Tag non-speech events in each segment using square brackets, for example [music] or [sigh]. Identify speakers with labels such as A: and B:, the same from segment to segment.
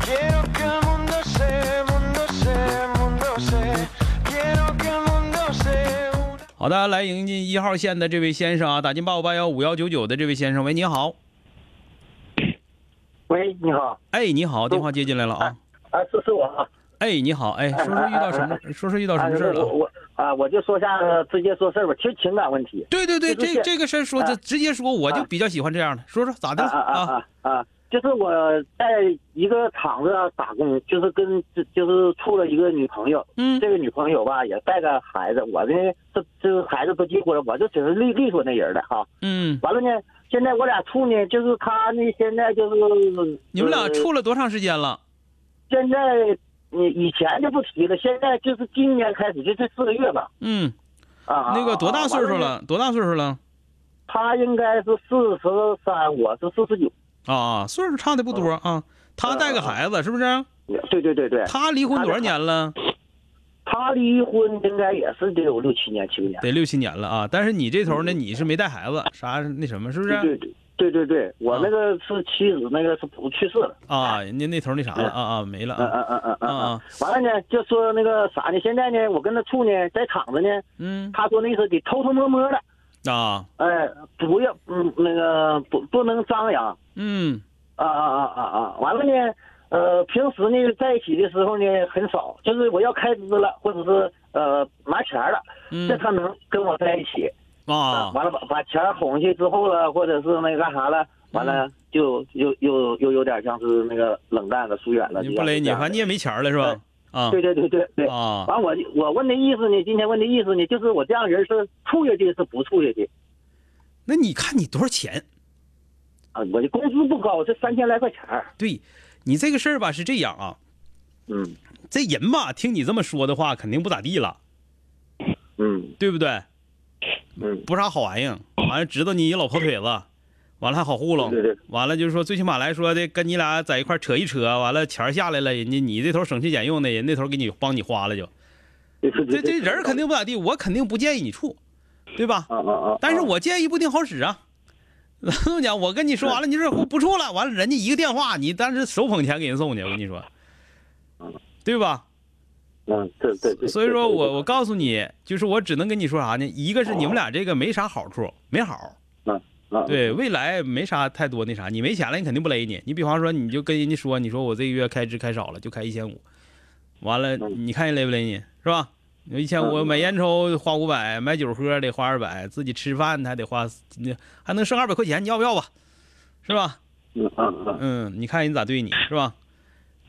A: Quiero que el mundo se, mundo se, mundo se. Quiero que el mundo se una.
B: 好的，来迎进一号线的这位先生啊，打进八五八幺五幺九九的这位先生，喂，你好，
C: 喂，你好，
B: 哎，你好，电话接进来了啊，
C: 啊，是是我啊，
B: 哎，你好，哎，说说遇到什么，说说遇到什
C: 啊
B: 么事儿
C: 我
B: 了？
C: 我啊，我就说下，直接说事儿吧，其实情感问题，
B: 对对对，
C: 就是
B: 这这个事儿说这直接说，我就比较喜欢这样的，说说咋的
C: 啊
B: 了
C: 啊
B: 啊？
C: 啊啊啊，就是我在一个厂子啊打工，就是跟就是处了一个女朋友，
B: 嗯
C: 这个女朋友吧也带个孩子，我呢这这孩子都结婚了，我就只是利利索那人的哈、
B: 嗯，
C: 完了呢，现在我俩处呢，就是他呢现在就是
B: 你们俩
C: 呃
B: 处了多长时间了？
C: 现在你以前就不提了，现在就是今年开始就这四个月吧，
B: 嗯，
C: 啊，
B: 那个多
C: 啊
B: 大岁数？
C: 啊完呢
B: 了？多大岁数了？
C: 他应该是四十三，我是四十九。
B: 啊，岁数差的不多啊。他带个孩子是不是？
C: 对对对对，
B: 他离婚多少年了？
C: 他离婚应该也是得有六七年、七八年。
B: 得六七年了啊。但是你这头呢，你是没带孩子，啥那什么是不啊是？
C: 对对对对对，我
B: 啊
C: 那个是妻子，那个是不去世了。
B: 啊，人家那头那啥了啊啊，没了
C: 嗯
B: 啊。
C: 嗯嗯嗯嗯
B: 啊
C: 嗯。完了呢，就说那个啥呢？现在呢，我跟他处呢，在厂子呢，
B: 嗯
C: 他说那是得偷偷摸摸的，
B: 啊，
C: 哎，不要，嗯，那个不不能张扬。
B: 嗯
C: 啊啊啊啊啊！完了呢，呃，平时呢在一起的时候呢很少，就是我要开支了，或者是呃拿钱了，这
B: 嗯
C: 他能跟我在一起。
B: 啊
C: 完了把把钱哄去之后了，或者是那个干啥了，完
B: 嗯
C: 了就又又又有点像是那个冷淡了、疏远了。
B: 你
C: 就
B: 不
C: 像
B: 勒你，
C: 这样
B: 反正你也没钱了是吧？啊
C: 对对对对对。
B: 啊
C: 完我我问的意思呢，今天问的意思呢，就是我这样人是处下去是不处下去
B: 那你看你多少钱？
C: 啊？我的工资不高，这三千来块钱儿
B: 对你这个事儿吧是这样啊，
C: 嗯
B: 这人吧听你这么说的话，肯定不咋地了，
C: 嗯
B: 对不对？
C: 嗯，
B: 不啥好玩意儿，完了知道你一老婆腿子，完了还好糊弄
C: 对对，
B: 完了就是说最起码来说的跟你俩在一块儿扯一扯，完了钱儿下来了，人家你这头省吃俭用的，人那头给你帮你花了就，
C: 对对
B: 这
C: 对
B: 这人儿肯定不咋地，我肯定不建议你处，对吧？
C: 啊啊啊！
B: 但是我建议不听好使啊。 [laughs] 老讲，我跟你说完了，你这不处了，完了人家一个电话，你当时手捧钱给人送去，我跟你说，对吧？
C: 嗯，对对对，啊
B: 所以说我我告诉你，就是我只能跟你说啥呢？一个是你们俩这个没啥好处，没好，
C: 我啊
B: 对未来没啥太多那啥。你没钱了，你肯定不勒你。你比方说，你就跟人家说，你说我这个月开支开少了，就开一千五，完了
C: 嗯
B: 你看人勒不勒你，是吧？一千五
C: 嗯
B: 买烟抽花五百，买酒喝得花二百，自己吃饭还得花，你还能剩二百块钱，你要不要吧？是吧？
C: 嗯嗯嗯
B: 嗯，你看人咋对你是吧？
C: 嗯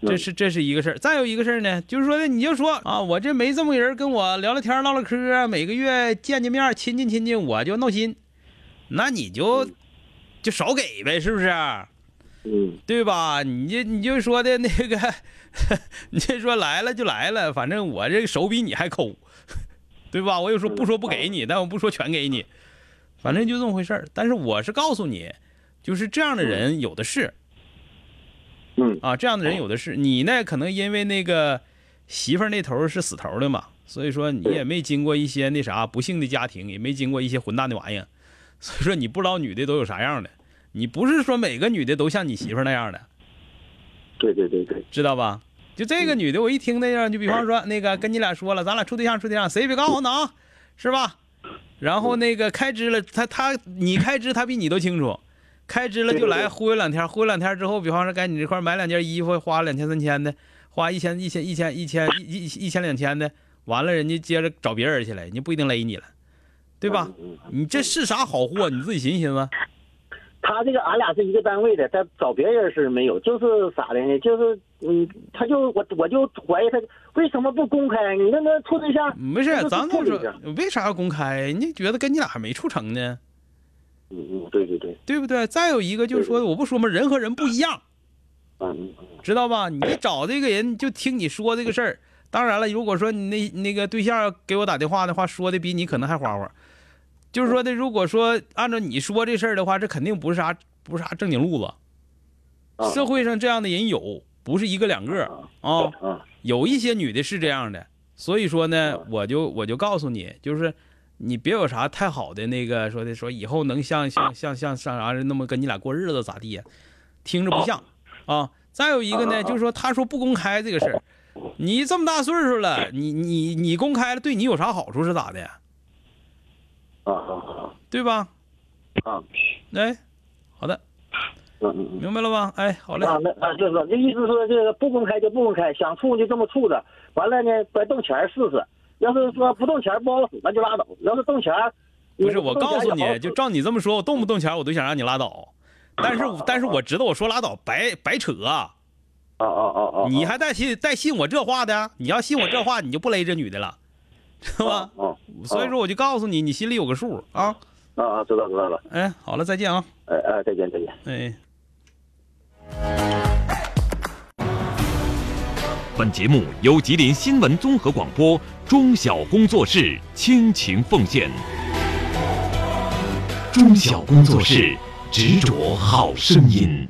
B: 这是这是一个事儿，再有一个事儿呢，就是说呢，你就说啊，我这没这么个人跟我聊聊天儿唠唠嗑儿，啊每个月见见面儿亲近亲近，我就闹心，那你就就少给呗，是不是？
C: 嗯
B: 对吧？你就你就说的那个， [laughs] 你就说来了就来了，反正我这个手比你还抠，对吧？我有时候不说不给你，但我不说全给你，反正就这么回事儿。但是我是告诉你，就是这样的人有的是
C: 嗯
B: 啊，这样的人有的是。你呢，可能因为那个媳妇儿那头儿是死头儿的嘛，所以说你也没经过一些那啥不幸的家庭，也没经过一些混蛋的玩意儿，所以说你不知道女的都有啥样的。你不是说每个女的都像你媳妇儿那样的。
C: 对对对对，
B: 知道吧？就这
C: 嗯
B: 个女的，我一听那样，就比方
C: [clears throat]
B: 说那个跟你俩说了，咱俩处对象处对象，谁也别告诉我呢啊，是吧？然后那个开支了，他他你开支，他比你都清楚。开支了就
C: 对对
B: 来
C: 对
B: 忽悠两天，忽悠两天之后，比方说该你这块买两件衣服，花两千三千的，花一千一千一千一千一一一千两千的，完了人家接着找别人去了，人家不一定勒你了，对吧？
C: 嗯？嗯
B: 你这是啥好货？你自己寻思寻思。
C: 他这个俺俩是一个单位的，他找别人是没有，就是咋的呢？就是嗯，他就我我就怀疑他为什么不公开？你那个处对象，
B: 没事，咱
C: 处
B: 就
C: 理
B: 说
C: 一下。
B: 为啥要公开？人家觉得跟你俩还没处成呢。
C: 嗯嗯，对对对，
B: 对不对？再有一个就是说，我不说嘛，人和人不一样，
C: 嗯嗯嗯
B: 知道吧？你找这个人就听你说这个事儿。当然了，如果说你那那个对象要给我打电话的话，说的比你可能还花花，就是说的，如果说按照你说这事儿的话，这肯定不是啥不是啥正经路子。
C: 啊
B: 社会上这样的人有，不是一个两个啊、
C: 啊
B: 有一些女的是这样的，所以说呢
C: 嗯，
B: 我就我就告诉你，就是你别有啥太好的那个说的，说以后能像像像像像啥那么跟你俩过日子咋地呀？听着不像啊。再有一个呢，
C: 嗯嗯嗯
B: 就是说他说不公开这个事儿，你这么大岁数了，你你你公开了，对你有啥好处是咋的呀？
C: 啊啊
B: 对吧？
C: 啊！
B: 哎，好的，
C: 嗯嗯
B: 明白了吧？哎，好嘞
C: 嗯，，啊，那啊，就是说，这意思说，这个不公开就不公开，想处就这么处着，完了呢，别动钱试试。要是说不动钱不好使，那就拉倒；要是动钱，
B: 不是我
C: 动
B: 告
C: 钱
B: 诉
C: 也
B: 你，
C: 好使
B: 就照你这么说，我动不动钱我都想让你拉倒，但是但是我知道我说拉倒白白扯、
C: 啊啊啊啊！
B: 你还带信带信我这话的？你要信我这话，你就不勒这女的了，是吧？
C: 啊
B: 所以说我就告诉你，你心里有个数啊。
C: 啊啊，知道知道了，
B: 哎，好了，再见啊，
C: 哎哎，再见再见。
B: 哎。
D: 本节目由吉林新闻综合广播中小工作室倾情奉献。中小工作室执着好声音。